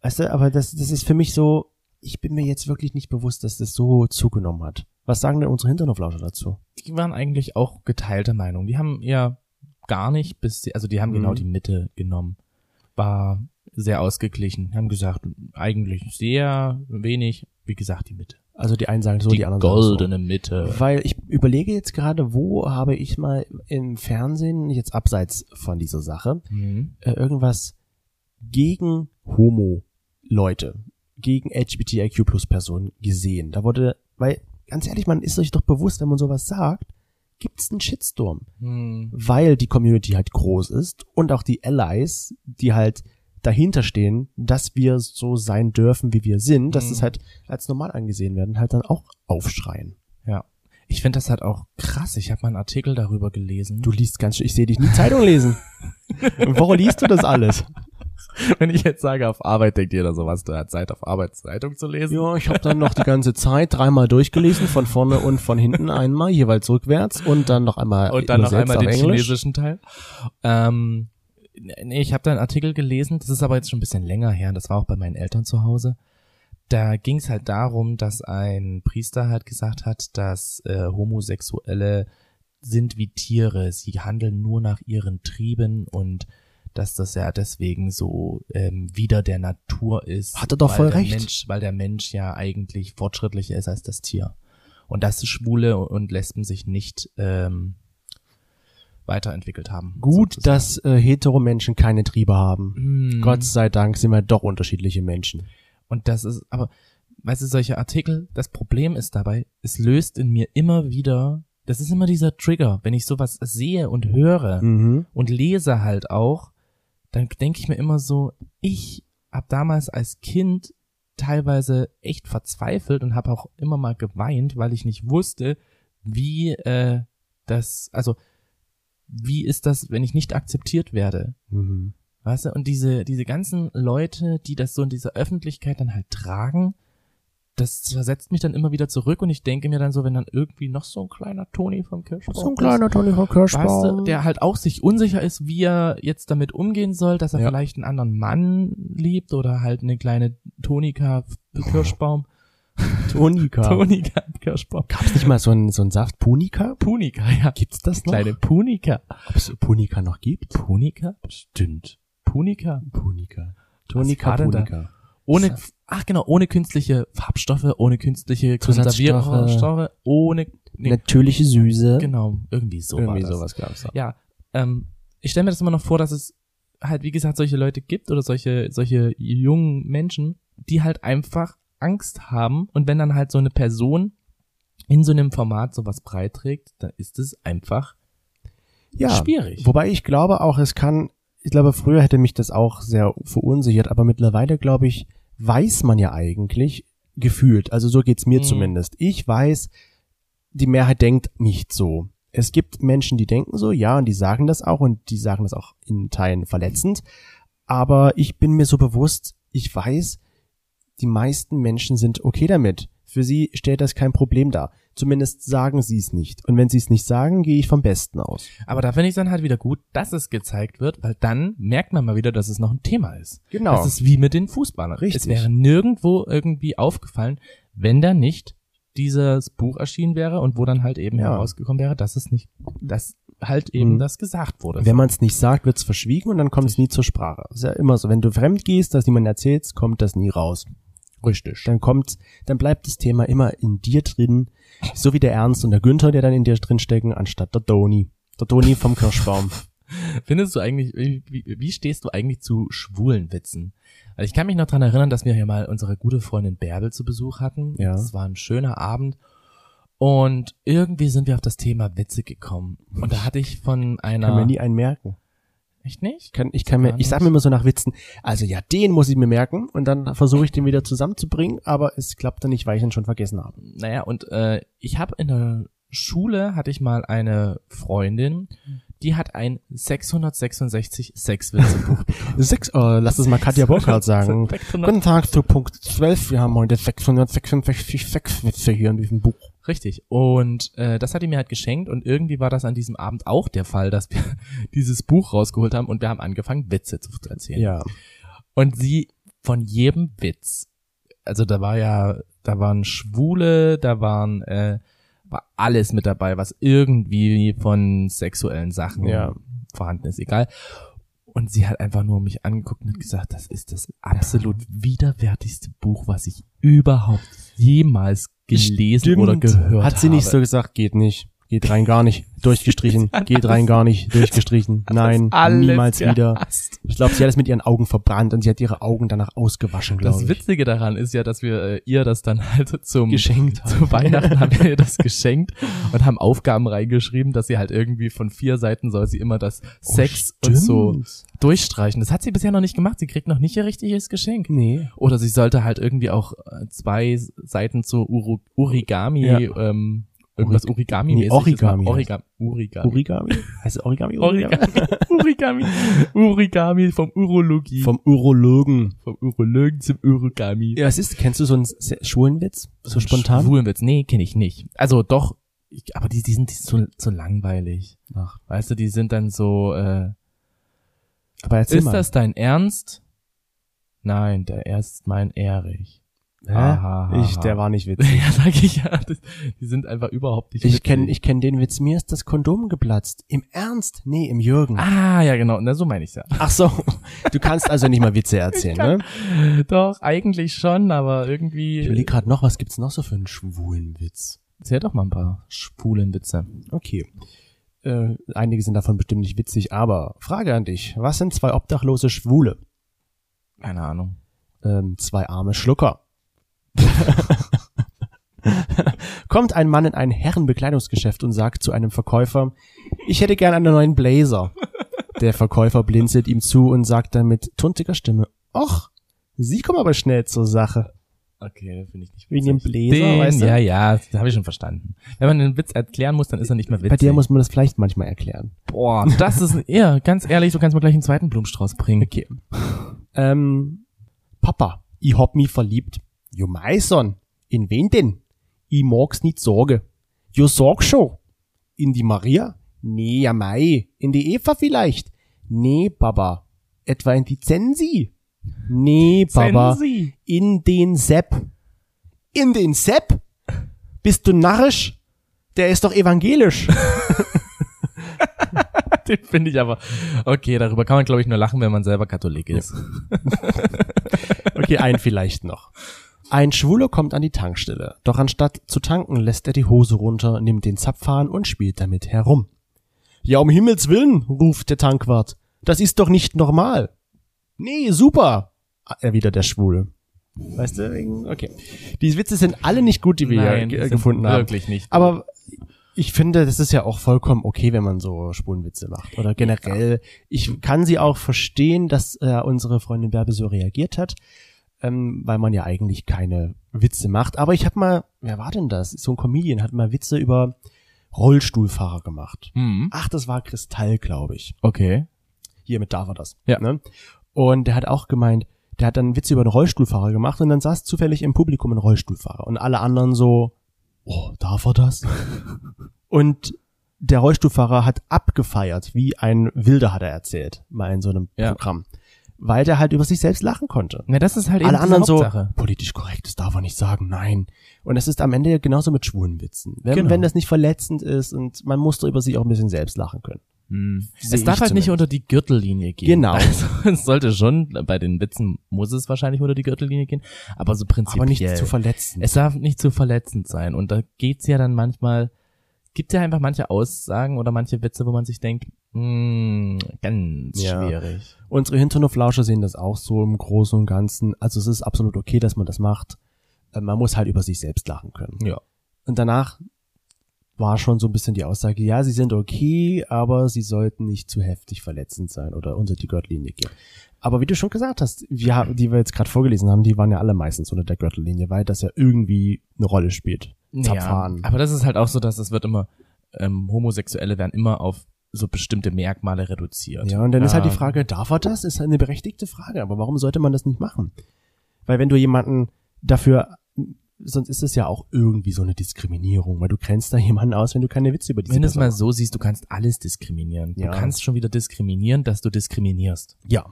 A: Weißt du, aber das, das ist für mich so, ich bin mir jetzt wirklich nicht bewusst, dass das so zugenommen hat. Was sagen denn unsere Hinterhoflauscher dazu?
C: Die waren eigentlich auch geteilter Meinung. Die haben eher gar nicht bis, sie- also die haben
A: Mhm.
C: genau die Mitte genommen. War sehr ausgeglichen. Haben gesagt, eigentlich sehr wenig, wie gesagt, die Mitte.
A: Also die einen sagen so, die, anderen sagen so.
C: goldene Mitte.
A: Weil ich überlege jetzt gerade, wo habe ich mal im Fernsehen, jetzt abseits von dieser Sache,
C: Mhm.
A: äh, irgendwas gegen Homo-Leute, gegen LGBTIQ-Plus-Personen gesehen. Da wurde, weil, ganz ehrlich, man ist euch doch bewusst, wenn man sowas sagt, gibt's einen Shitstorm.
C: Hm.
A: Weil die Community halt groß ist und auch die Allies, die halt dahinter stehen, dass wir so sein dürfen, wie wir sind, dass
C: Mhm.
A: es halt als normal angesehen werden, halt dann auch aufschreien.
C: Ich finde das halt auch krass. Ich habe mal einen Artikel darüber gelesen.
A: Du liest ganz schön, ich sehe dich nie Zeitung lesen. Worum liest du das alles?
C: wenn ich jetzt sage, auf Arbeit denkt jeder so, was, du hat Zeit, auf Arbeit Zeitung zu lesen.
A: Ja, ich habe dann noch die ganze Zeit dreimal durchgelesen, von vorne und von hinten einmal, jeweils rückwärts und dann noch einmal
C: Und dann noch
A: übersetzt
C: einmal
A: auf
C: den
A: Englisch.
C: chinesischen Teil. Ähm, nee, ich habe da einen Artikel gelesen, das ist aber jetzt schon ein bisschen länger her, das war auch bei meinen Eltern zu Hause. Da ging es halt darum, dass ein Priester halt gesagt hat, dass äh, Homosexuelle sind wie Tiere. Sie handeln nur nach ihren Trieben und dass das ja deswegen so ähm, wieder der Natur ist.
A: Hat er doch
C: weil
A: voll
C: der
A: recht.
C: Mensch, weil der Mensch ja eigentlich fortschrittlicher ist als das Tier. Und dass Schwule und Lesben sich nicht ähm, weiterentwickelt haben.
A: Gut,
C: sozusagen.
A: dass äh, hetero Menschen keine Triebe haben.
C: Mhm.
A: Gott sei Dank sind wir doch unterschiedliche Menschen.
C: Und das ist, aber, weißt du, solche Artikel, das Problem ist dabei, es löst in mir immer wieder, das ist immer dieser Trigger, wenn ich sowas sehe und höre
A: Mhm.
C: und lese halt auch, dann denke ich mir immer so, ich habe damals als Kind teilweise echt verzweifelt und habe auch immer mal geweint, weil ich nicht wusste, wie äh, das, also wie ist das, wenn ich nicht akzeptiert werde?
A: Mhm.
C: Weißt du, und diese, diese ganzen Leute, die das so in dieser Öffentlichkeit dann halt tragen, das versetzt mich dann immer wieder zurück und ich denke mir dann so, wenn dann irgendwie noch so ein kleiner Toni vom Kirschbaum
A: Tony von
C: ist, Oh, weißt
A: <laughs>
C: du, der halt auch sich unsicher ist, wie er jetzt damit umgehen soll, dass er
A: Ja.
C: vielleicht einen anderen Mann liebt oder halt eine kleine Tonika Kirschbaum,
A: Tonika.
C: Tonika Kirschbaum,
A: Gab's nicht mal so einen, so einen Saft Punika?
C: Punika, ja.
A: Gibt's das noch?
C: Kleine Punika.
A: Ob's Punika noch gibt?
C: Punika? Stimmt. Punika.
A: Punika.
C: war
A: Tonika
C: denn da?
A: Punika.
C: Ohne,
A: Saft.
C: ach genau, ohne künstliche Farbstoffe, ohne künstliche
A: Zusatzstoffe.
C: Konservierungsstoffe, ohne, nee,
A: Natürliche Süße.
C: genau, irgendwie so war
A: Irgendwie
C: das.
A: sowas gab's da.
C: Ja, ähm, ich stelle mir das immer noch vor, dass es halt, wie gesagt, solche Leute gibt oder solche, solche jungen Menschen, die halt einfach Angst haben und wenn dann halt so eine Person in so einem Format sowas beiträgt, dann ist es einfach schwierig.
A: Wobei ich glaube auch, es kann, ich glaube, früher hätte mich das auch sehr verunsichert, aber mittlerweile, glaube ich, weiß man ja eigentlich gefühlt, also so geht's mir
C: Mhm.
A: zumindest. Ich weiß, die Mehrheit denkt nicht so. Es gibt Menschen, die denken so, ja, und die sagen das auch und die sagen das auch in Teilen verletzend. Aber ich bin mir so bewusst, ich weiß, die meisten Menschen sind okay damit. Für sie stellt das kein Problem dar. Zumindest sagen sie es nicht. Und wenn sie es nicht sagen, gehe ich vom Besten aus.
C: Aber da finde ich dann halt wieder gut, dass es gezeigt wird, weil dann merkt man mal wieder, dass es noch ein Thema ist.
A: Genau.
C: Das ist wie mit den Fußballern.
A: Richtig.
C: Es wäre nirgendwo irgendwie aufgefallen, wenn da nicht dieses Buch erschienen wäre und wo dann halt eben
A: Ja.
C: herausgekommen wäre, dass es nicht, dass halt eben
A: Mhm.
C: das gesagt wurde.
A: Wenn man es nicht sagt, wird es verschwiegen und dann kommt es nie zur Sprache. Ist ja immer so. Wenn du fremd gehst, das niemand erzählst, kommt das nie raus.
C: Richtig.
A: Dann kommt, dann bleibt das Thema immer in dir drin, so wie der Ernst und der Günther, der dann in dir drin stecken, anstatt der Doni. Der Doni vom <laughs> Kirschbaum.
C: Findest du eigentlich, wie, wie- wie stehst du eigentlich zu schwulen Witzen? Also ich kann mich noch dran erinnern, dass wir hier mal unsere gute Freundin Bärbel zu Besuch hatten.
A: Ja.
C: Es war ein schöner Abend. Und irgendwie sind wir auf das Thema Witze gekommen. Und da hatte ich von
A: Kann mir
C: einer.
A: nie einen merken.
C: Echt nicht?
A: Ich kann, ich kann mir,
C: Gar
A: ich sag
C: nicht.
A: mir immer so nach Witzen, also ja, den muss ich mir merken und dann versuche ich den wieder zusammenzubringen, aber es klappt dann nicht, weil ich ihn schon vergessen habe.
C: Naja, und äh, ich habe in der Schule hatte ich mal eine Freundin, die hat ein 666 Sexwitzebuch.
A: Sechs, äh, lass es mal Katja <laughs> Burkhardt
C: <laughs>
A: sagen. Guten Tag zu Punkt 12. Wir haben heute 666 Sexwitze hier in diesem Buch.
C: Richtig. Und äh, das hat die mir halt geschenkt und irgendwie war das an diesem Abend auch der Fall, dass wir <laughs> dieses Buch rausgeholt haben und wir haben angefangen, Witze zu erzählen.
A: Ja.
C: Und sie von jedem Witz, also da war ja, da waren Schwule, da waren, äh, war alles mit dabei, was irgendwie von sexuellen Sachen
A: Ja.
C: vorhanden ist, egal. Und sie hat einfach nur mich angeguckt und hat gesagt, das ist das absolut widerwärtigste Buch, was ich überhaupt jemals gelesen oder gehört
A: Hat sie nicht
C: habe.
A: so gesagt, geht nicht. Geht rein gar
C: <laughs>
A: nicht. Durchgestrichen. geht rein gar nicht. Durchgestrichen. Nein,
C: Alles
A: niemals wieder.
C: gehasst.
A: Ich glaube, sie hat es mit ihren Augen verbrannt und sie hat ihre Augen danach ausgewaschen, glaube
C: Das
A: ich.
C: Witzige daran ist ja, dass wir äh, ihr das dann halt zum
A: geschenkt.
C: <laughs> zu Weihnachten haben wir
A: <laughs>
C: ihr das geschenkt und haben Aufgaben reingeschrieben, dass sie halt irgendwie von vier Seiten soll sie immer das
A: Oh,
C: Sex und so durchstreichen. Das hat sie bisher noch nicht gemacht. Sie kriegt noch nicht ihr richtiges Geschenk.
A: Nee.
C: Oder sie sollte halt irgendwie auch äh, zwei Seiten zu Uru Origami,
A: Ja.
C: ähm, irgendwas Origami
A: Nee, Origami
C: Origami. Origami.
A: Origami? Heißt es Origami?
C: Origami. <laughs> Origami. Origami vom Urologie.
A: Vom Urologen.
C: vom Urologen zum Origami.
A: Ja, es ist, kennst du so einen se- schwulen Witz? So spontan?
C: Schwulenwitz. Nee, kenne ich nicht. Also doch, ich, aber die, die sind die sind so, so langweilig.
A: Ach.
C: Weißt du, die sind dann so, äh,
A: Aber erzähl
C: ist
A: mal.
C: das dein Ernst? Nein, der Ernst mein Erich. <laughs>
A: Hä?
C: Aha, aha,
A: ich, der
C: aha.
A: war nicht witzig.
C: ja, sag ich ja. Das, die sind einfach überhaupt nicht
A: Ich kenne
C: witzig.
A: ich kenn den Witz, mir ist das Kondom geplatzt. Im Ernst? Nee, im Jürgen.
C: Ah, ja, genau. Na, so meine ich's ja. <laughs>
A: Ach so, du kannst also nicht mal Witze erzählen, ne?
C: Doch, eigentlich schon, aber
A: Ich
C: irgendwie.
A: überlege gerade noch, was gibt's noch so für einen schwulen Witz?
C: Erzähl doch mal ein paar schwulen Witze.
A: Okay. Äh, einige sind davon bestimmt nicht witzig, aber Frage an dich. Was sind zwei obdachlose Schwule?
C: Keine Ahnung.
A: Ähm, zwei arme Schlucker. <laughs> Kommt ein Mann in ein Herrenbekleidungsgeschäft und sagt zu einem Verkäufer, ich hätte gern einen neuen Blazer. Der Verkäufer blinzelt ihm zu und sagt dann mit tuntiger Stimme, Och, Sie kommen aber schnell zur Sache.
C: Okay, finde ich nicht
A: Wegen dem Bläser,
C: Den,
A: weißt du?
C: Ja, ja, das habe ich schon verstanden. Wenn man einen Witz erklären muss, dann ist er nicht mehr witzig.
A: Bei dir muss man das vielleicht manchmal erklären.
C: Boah, das ist ein eher, ganz ehrlich, so kannst du mir gleich einen zweiten Blumenstrauß bringen.
A: Okay. Ähm, Papa, ich hab mich verliebt. Jo mei, Son, in wen denn? Ich mag's nicht sorge. Jo sorg schon. In die Maria? Nee, ja mei. In die Eva vielleicht? Nee, Papa. Etwa in die Zensi? Nee, Papa.
C: Sensi.
A: In den Sepp. In den Sepp? Bist du narrisch? Der ist doch evangelisch.
C: <laughs> Den finde ich aber. Okay, darüber kann man, glaube ich, nur lachen, wenn man selber Katholik ist.
A: Okay, einen vielleicht noch. Ein Schwuler kommt an die Tankstelle, doch anstatt zu tanken, lässt er die Hose runter, nimmt den Zapfhahn und spielt damit herum. Ja, um Himmels Willen, ruft der Tankwart. Das ist doch nicht normal. Nee, super, erwidert der Schwule. Weißt du, wegen- okay. Die Witze sind alle nicht gut, die wir
C: Nein,
A: hier
C: die
A: ge-
C: sind
A: gefunden haben.
C: Wirklich nicht.
A: Aber ich finde, das ist ja auch vollkommen okay, wenn man so Spulenwitze macht. Oder generell. Ich kann sie auch verstehen, dass äh, unsere Freundin Bärbe so reagiert hat, ähm, weil man ja eigentlich keine Witze macht. Aber ich habe mal, wer war denn das? So ein Comedian hat mal Witze über Rollstuhlfahrer gemacht.
C: Hm,
A: Ach, das war Kristall, glaube ich.
C: okay.
A: Hiermit darf er das.
C: Ja.
A: Ne? Und der hat auch gemeint, der hat dann Witze über einen Rollstuhlfahrer gemacht und dann saß zufällig im Publikum ein Rollstuhlfahrer und alle anderen so, oh, darf er
C: <laughs>
A: das? und der Rollstuhlfahrer hat abgefeiert, wie ein Wilder hat er erzählt, mal in so einem
C: Ja.
A: Programm, weil der halt über sich selbst lachen konnte.
C: Na, das ist halt
A: Alle
C: eben
A: anderen
C: die
A: so,
C: Hauptsache.
A: politisch korrekt, das darf er nicht sagen, nein. Und es ist am Ende genauso mit schwulen Witzen. Wenn,
C: Genau.
A: wenn das nicht verletzend ist und man muss da über sich auch ein bisschen selbst lachen können.
C: Hm.
A: Sehe
C: Es darf
A: ich
C: halt nicht
A: zumindest.
C: unter die Gürtellinie gehen.
A: Genau.
C: Also, <laughs> es sollte schon, bei den Witzen muss es wahrscheinlich unter die Gürtellinie gehen, aber so prinzipiell.
A: Aber nicht zu verletzen.
C: Es darf nicht zu verletzend sein. Und da geht's ja dann manchmal, gibt ja einfach manche Aussagen oder manche Witze, wo man sich denkt, mm, ganz
A: Ja.
C: schwierig.
A: Unsere Hinterhoflauscher sehen das auch so im Großen und Ganzen. Also es ist absolut okay, dass man das macht. Äh, Man muss halt über sich selbst lachen können.
C: Ja.
A: Und danach war schon so ein bisschen die Aussage, ja, sie sind okay, aber sie sollten nicht zu heftig verletzend sein oder unter die Gürtellinie gehen. Aber wie du schon gesagt hast, wir, haben- die wir jetzt gerade vorgelesen haben, die waren ja alle meistens unter der Gürtellinie, weil das ja irgendwie eine Rolle spielt. Zapfahren.
C: Ja, aber das ist halt auch so, dass es wird immer, ähm, Homosexuelle werden immer auf so bestimmte Merkmale reduziert.
A: Ja, und dann ist halt die
C: Ähm,
A: Frage, darf er das? Ist eine berechtigte Frage, aber warum sollte man das nicht machen? Weil wenn du jemanden dafür, sonst ist es ja auch irgendwie so eine Diskriminierung, weil du grenzt da jemanden aus, wenn du keine Witze über diese
C: Wenn du es mal
A: Person
C: so siehst, du kannst alles diskriminieren.
A: Ja.
C: Du kannst schon wieder diskriminieren, dass du diskriminierst.
A: machst. Ja,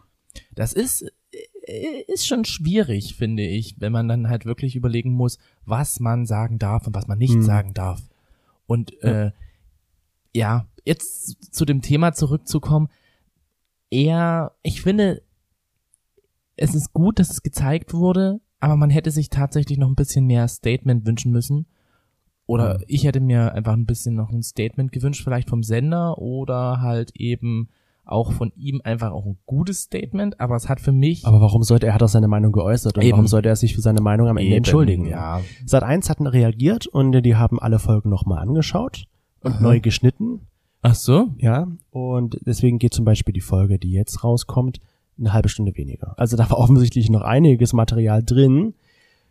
C: Das ist, äh, ist schon schwierig, finde ich, wenn man dann halt wirklich überlegen muss, was man sagen darf und was man nicht
A: Hm.
C: sagen darf. Und äh, ja, jetzt zu dem Thema zurückzukommen, eher, ich finde, es ist gut, dass es gezeigt wurde, aber man hätte sich tatsächlich noch ein bisschen mehr Statement wünschen müssen. Oder
A: Hm.
C: ich hätte mir einfach ein bisschen noch ein Statement gewünscht, vielleicht vom Sender oder halt eben auch von ihm einfach auch ein gutes Statement, aber es hat für mich
A: aber warum sollte er, hat er seine Meinung geäußert und
C: Eben.
A: warum sollte er sich für seine Meinung am Ende
C: Eben,
A: entschuldigen?
C: Ja,
A: Sat 1 hatten reagiert und die haben alle Folgen nochmal angeschaut und
C: Aha.
A: neu geschnitten.
C: Ach so?
A: Ja, und deswegen geht zum Beispiel die Folge, die jetzt rauskommt, eine halbe Stunde weniger. Also da war <laughs> offensichtlich noch einiges Material drin,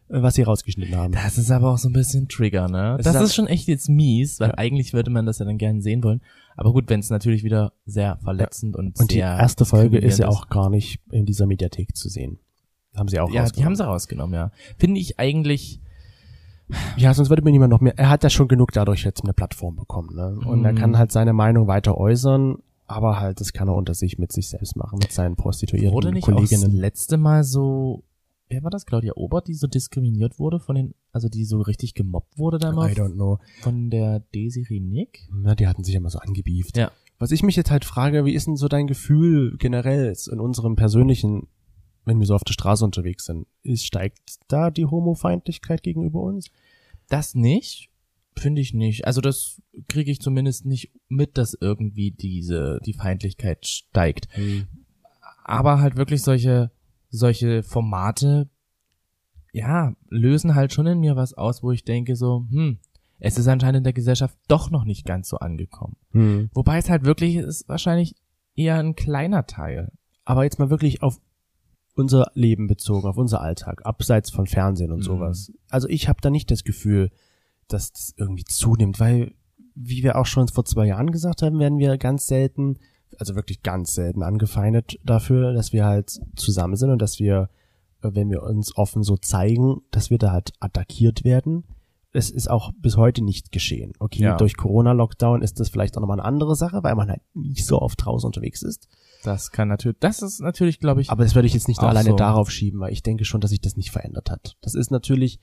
A: äh, was sie rausgeschnitten haben.
C: Das ist aber auch so ein bisschen Trigger, ne?
A: Das
C: Das,
A: ist
C: ist schon echt jetzt mies, weil
A: Ja.
C: eigentlich würde man das ja dann gerne sehen wollen. Aber gut, wenn es natürlich wieder sehr verletzend und,
A: Und die
C: sehr
A: erste Folge ist ja
C: diskriminierend
A: auch gar nicht in dieser Mediathek zu sehen. Haben sie auch
C: Ja, die haben
A: rausgenommen.
C: sie rausgenommen, ja. Finde ich eigentlich,
A: Ja, sonst würde mir niemand noch mehr. Er hat ja schon genug dadurch jetzt eine Plattform bekommen, ne? Und er
C: Mhm.
A: kann halt seine Meinung weiter äußern, aber halt, das kann er unter sich mit sich selbst machen, mit seinen prostituierten
C: wurde nicht auch das
A: Kolleginnen.
C: letzte Mal so wer war das? Claudia Obert, die so diskriminiert wurde von den, also die so richtig gemobbt wurde damals
A: I don't know.
C: von der Desiree Nick?
A: Na, ne, die hatten sich ja mal so angebieft.
C: Ja.
A: Was ich mich jetzt halt frage, wie ist denn so dein Gefühl generell jetzt in unserem persönlichen, wenn wir so auf der Straße unterwegs sind? Ist, steigt da die Homofeindlichkeit gegenüber uns?
C: Das nicht? Finde ich nicht. Also das kriege ich zumindest nicht mit, dass irgendwie diese, die Feindlichkeit steigt. Aber halt wirklich solche, solche Formate, ja, lösen halt schon in mir was aus, wo ich denke so, hm, es ist anscheinend in der Gesellschaft doch noch nicht ganz so angekommen.
A: Hm.
C: Wobei es halt wirklich ist wahrscheinlich eher ein kleiner Teil.
A: Aber jetzt mal wirklich auf unser Leben bezogen, auf unser Alltag, abseits von Fernsehen und
C: Mhm.
A: sowas. Also ich habe da nicht das Gefühl, dass das irgendwie zunimmt, weil, wie wir auch schon vor zwei Jahren gesagt haben, werden wir ganz selten, also wirklich ganz selten angefeindet dafür, dass wir halt zusammen sind und dass wir, äh, wenn wir uns offen so zeigen, dass wir da halt attackiert werden. Es ist auch bis heute nicht geschehen. Okay,
C: Ja.
A: durch Corona-Lockdown ist das vielleicht auch nochmal eine andere Sache, weil man halt nicht so oft draußen unterwegs ist.
C: Das kann natürlich, das ist natürlich, glaube ich,
A: Aber das würde ich jetzt nicht
C: Auch
A: alleine
C: so.
A: darauf schieben, weil ich denke schon, dass sich das nicht verändert hat. Das ist natürlich,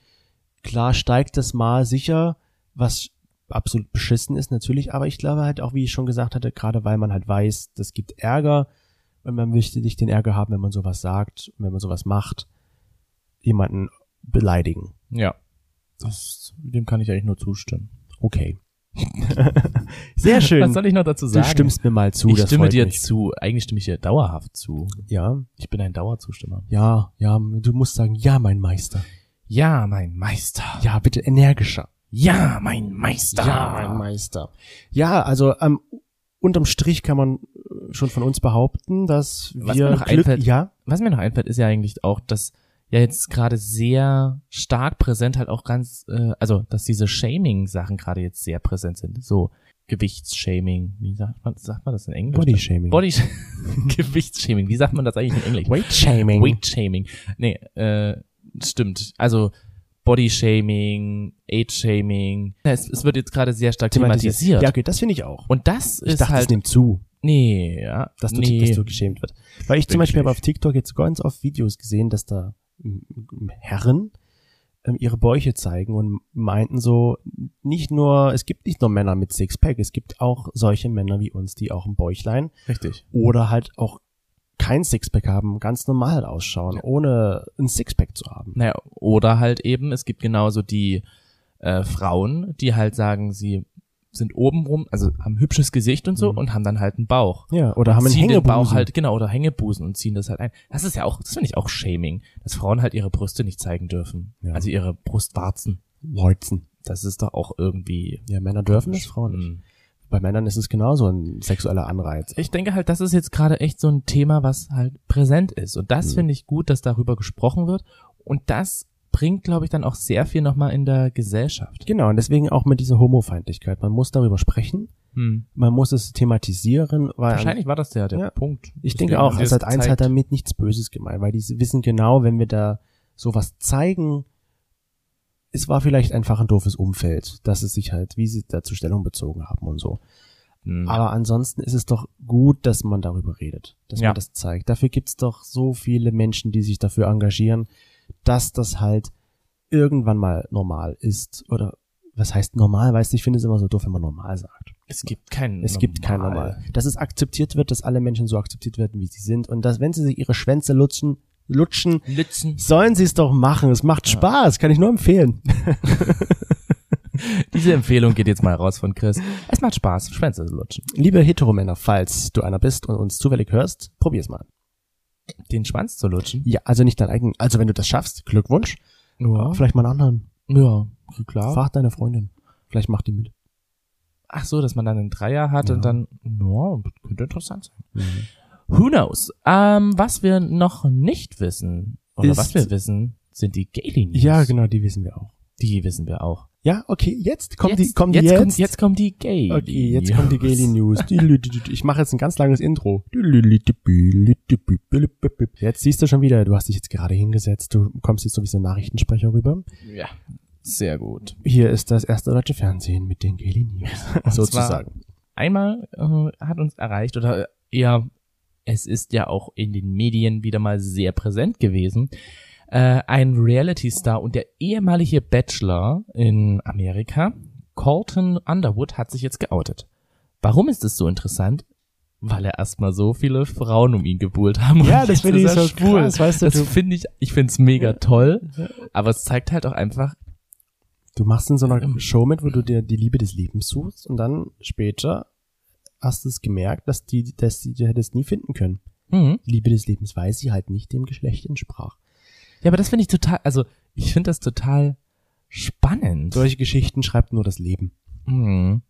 A: klar steigt das mal sicher, was absolut beschissen ist natürlich, aber ich glaube halt auch, wie ich schon gesagt hatte, gerade weil man halt weiß, das gibt Ärger und man möchte nicht den Ärger haben, wenn man sowas sagt, wenn man sowas macht, jemanden beleidigen.
C: ja, das, dem kann ich eigentlich nur zustimmen.
A: Okay.
C: <laughs>
A: Sehr
C: Was
A: schön.
C: soll ich noch dazu
A: Du
C: sagen?
A: stimmst mir mal zu,
C: ich
A: das
C: stimme
A: freut
C: dir
A: mich.
C: zu. Eigentlich stimme ich dir dauerhaft zu.
A: Ja,
C: Ich bin ein Dauerzustimmer.
A: ja, ja, du musst sagen, ja, mein Meister.
C: Ja, mein Meister.
A: Ja, bitte energischer.
C: Ja, mein Meister.
A: Ja, mein Meister. Ja, also ähm, unterm Strich kann man äh, schon von uns behaupten, dass wir
C: Was mir noch
A: Glück,
C: einfällt-
A: ja,
C: Was mir noch einfällt, ist ja eigentlich auch, dass ja jetzt gerade sehr stark präsent halt auch ganz, äh, also dass diese Shaming-Sachen gerade jetzt sehr präsent sind. So Gewichtsshaming. Wie sagt man, sagt man das in Englisch?
A: Body Shaming.
C: äh, Body <laughs> Gewichtsshaming. Wie sagt man das eigentlich in Englisch?
A: Weight Shaming.
C: Weight Shaming. Nee, äh, stimmt. Also Body Shaming, Age Shaming. Ja, Es, es wird jetzt gerade sehr stark
A: Thematisiert.
C: thematisiert.
A: Ja, okay, das finde ich auch.
C: Und das
A: ich
C: ist
A: dachte, es
C: halt.
A: nimmt zu,
C: Nee, ja.
A: dass du,
C: nee.
A: dass du geschämt wird. Weil ich zum
C: Wirklich
A: Beispiel habe
C: nicht.
A: auf TikTok jetzt ganz oft Videos gesehen, dass da ähm, Herren ähm, ihre Bäuche zeigen und meinten so, nicht nur, es gibt nicht nur Männer mit Sixpack, es gibt auch solche Männer wie uns, die auch ein Bäuchlein
C: Richtig.
A: oder halt auch kein Sixpack haben, ganz normal ausschauen,
C: Ja.
A: ohne ein Sixpack zu haben.
C: Naja, oder halt eben, es gibt genauso die äh, Frauen, die halt sagen, sie sind obenrum, also haben ein hübsches Gesicht und so
A: Mhm.
C: und haben dann halt einen Bauch.
A: Ja, oder haben einen
C: ziehen den Bauch
A: Hängebusen.
C: halt, genau, oder Hängebusen und ziehen das halt ein. Das ist ja auch, das finde ich auch Shaming, dass Frauen halt ihre Brüste nicht zeigen dürfen.
A: Ja.
C: Also ihre Brustwarzen.
A: Läuzen.
C: Das ist doch auch irgendwie.
A: Ja, Männer dürfen das, Frauen nicht.
C: Hm.
A: Bei Männern ist es genauso ein sexueller Anreiz.
C: Ich denke halt, das ist jetzt gerade echt so ein Thema, was halt präsent ist. Und das
A: Hm.
C: finde ich gut, dass darüber gesprochen wird. Und das bringt, glaube ich, dann auch sehr viel nochmal in der Gesellschaft.
A: Genau, und deswegen auch mit dieser Homofeindlichkeit. Man muss darüber sprechen,
C: Hm.
A: man muss es thematisieren, weil
C: Wahrscheinlich war das der, der
A: Ja.
C: Punkt.
A: ich
C: Deswegen
A: denke
C: haben
A: auch,
C: die das
A: Sat 1 hat
C: gezeigt.
A: damit nichts Böses gemeint, weil die wissen genau, wenn wir da sowas zeigen, es war vielleicht einfach ein doofes Umfeld, dass es sich halt, wie sie dazu Stellung bezogen haben und so.
C: Hm.
A: Aber ansonsten ist es doch gut, dass man darüber redet, dass
C: Ja.
A: man das zeigt. Dafür gibt's doch so viele Menschen, die sich dafür engagieren, dass das halt irgendwann mal normal ist. Oder was heißt normal? Weißt du, ich finde es immer so doof, wenn man normal sagt.
C: es gibt keinen.
A: Es gibt kein Normal. Dass es akzeptiert wird, dass alle Menschen so akzeptiert werden, wie sie sind. Und dass, wenn sie sich ihre Schwänze lutschen, lutschen,
C: Lützen.
A: sollen sie es doch machen. Es macht
C: Ja.
A: Spaß, kann ich nur empfehlen. <laughs>
C: Diese Empfehlung geht jetzt mal raus von Chris. Es macht Spaß, Schwänze zu lutschen.
A: Liebe Heteromänner, falls du einer bist und uns zufällig hörst, probier's mal.
C: Den Schwanz zu lutschen?
A: Ja, also nicht deinen eigenen. Also wenn du das schaffst, Glückwunsch.
C: Ja,
A: Vielleicht mal einen anderen.
C: ja klar.
A: Frag deine Freundin. Vielleicht macht die mit.
C: Ach so, dass man dann einen Dreier hat
A: Ja. Mhm.
C: und dann, ja, könnte interessant sein. Who knows? Ähm, was wir noch nicht wissen, oder
A: Ist-
C: was wir wissen, sind die Gay-Linien.
A: Ja, genau, die wissen wir auch.
C: Die wissen wir auch.
A: Ja, okay, jetzt kommen die, kommen die
C: jetzt,
A: jetzt.
C: Kommt, jetzt kommen die gay
A: okay, jetzt kommen die Gaily News. Ich mache jetzt ein ganz langes Intro. Jetzt siehst du schon wieder, du hast dich jetzt gerade hingesetzt, du kommst jetzt sowieso Nachrichtensprecher rüber.
C: Ja, sehr gut.
A: Hier ist das erste deutsche Fernsehen mit den Gaily <laughs> News. Sozusagen.
C: Einmal äh, hat uns erreicht, oder eher, es ist ja auch in den Medien wieder mal sehr präsent gewesen, äh, ein Reality-Star und der ehemalige Bachelor in Amerika, Colton Underwood, hat sich jetzt geoutet. Warum ist es so interessant? Weil er erstmal so viele Frauen um ihn gebuhlt haben.
A: Ja,
C: Und
A: das
C: jetzt
A: finde ich
C: ist er
A: so schwul. krass, weißt du,
C: Das
A: du,
C: finde ich, ich finde es mega toll, aber es zeigt halt auch einfach,
A: du machst in so einer Show mit, wo du dir die Liebe des Lebens suchst und dann später hast du es gemerkt, dass die, dass die, du hättest nie finden können.
C: mh,
A: Die Liebe des Lebens, weil sie halt nicht dem Geschlecht entsprach.
C: ja, aber das finde ich total, also ich finde das total spannend.
A: Solche Geschichten schreibt nur das Leben.
C: Mhm.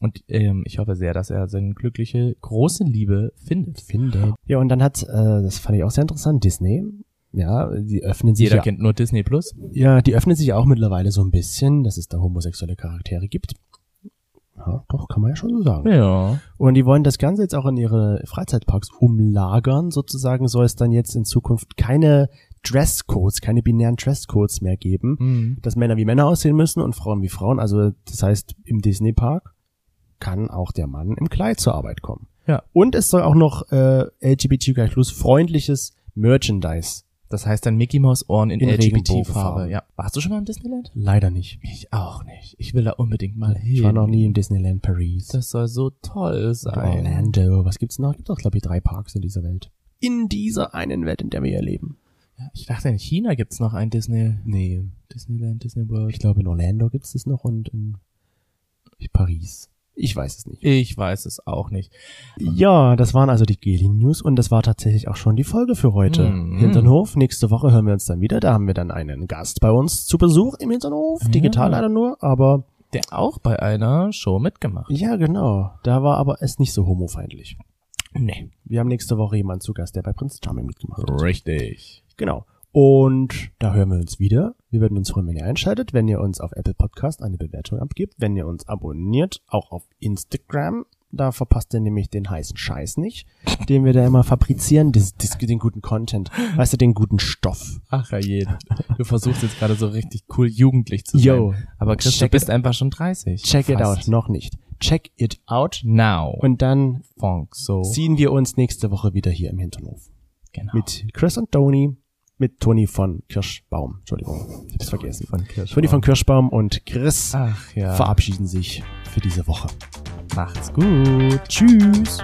C: Und ähm, ich hoffe sehr, dass er seine glückliche, große Liebe findet.
A: Finde. Ja, und dann hat, äh, das fand ich auch sehr interessant, Disney. Ja, die öffnen sich
C: Jeder
A: ja,
C: kennt nur Disney Plus.
A: ja, die öffnen sich auch mittlerweile so ein bisschen, dass es da homosexuelle Charaktere gibt. Ja, doch, kann man ja schon so sagen.
C: Ja.
A: Und die wollen das Ganze jetzt auch in ihre Freizeitparks umlagern. Sozusagen soll es dann jetzt in Zukunft keine Dresscodes, keine binären Dresscodes mehr geben,
C: Mhm.
A: dass Männer wie Männer aussehen müssen und Frauen wie Frauen. Also das heißt, im Disney Park kann auch der Mann im Kleid zur Arbeit kommen.
C: Ja.
A: Und es soll auch noch äh, LGBTQ plus freundliches Merchandise.
C: Das heißt dann Mickey Mouse Ohren in,
A: In
C: LGBT-Farbe.
A: Regenbogenfarbe.
C: Ja. Warst du schon mal im Disneyland?
A: Leider nicht.
C: Ich auch nicht. Ich will da unbedingt mal hin.
A: Ich war noch nie im Disneyland Paris.
C: Das soll so toll sein.
A: Orlando. Was gibt's noch? Gibt doch, glaube ich, drei Parks in dieser Welt. In dieser einen Welt, in der wir hier leben.
C: Ich dachte, in China gibt's noch ein Disney,
A: Nee,
C: Disneyland, Disney World.
A: Ich glaube, in Orlando gibt's das noch und in Paris. Ich weiß es nicht.
C: Ich weiß es auch nicht.
A: Ja, das waren also die Gelin News und das war tatsächlich auch schon die Folge für heute.
C: Mhm.
A: Hinternhof, nächste Woche hören wir uns dann wieder. Da haben wir dann einen Gast bei uns zu Besuch im Hinternhof. Digital
C: Ja.
A: leider nur, aber
C: Der auch bei einer Show mitgemacht.
A: ja, genau. Da war aber es nicht so homofeindlich.
C: Nee.
A: Wir haben nächste Woche jemanden zu Gast, der bei Prinz Charming mitgemacht hat.
C: Richtig.
A: Genau. Und da hören wir uns wieder. Wir würden uns freuen, wenn ihr einschaltet, wenn ihr uns auf Apple Podcast eine Bewertung abgibt, wenn ihr uns abonniert, auch auf Instagram. Da verpasst ihr nämlich den heißen Scheiß nicht, den wir da immer fabrizieren, des, des, den guten Content, weißt du, den guten Stoff.
C: Ach je. Du versuchst jetzt gerade so richtig cool jugendlich zu sein.
A: Yo.
C: Aber Chris,
A: Check
C: du bist einfach schon 30.
A: Check it out,
C: Fast.
A: noch nicht. Check it out.
C: Now.
A: Und dann
C: Funk, so.
A: ziehen wir uns nächste Woche wieder hier im Hinternhof.
C: genau.
A: Mit Chris und Tony, mit Toni von Kirschbaum. Entschuldigung, ich hab's vergessen.
C: von Kirsch.
A: Toni von Kirschbaum und Chris.
C: Ach ja.
A: verabschieden sich für diese Woche.
C: Macht's gut.
A: Gut, tschüss.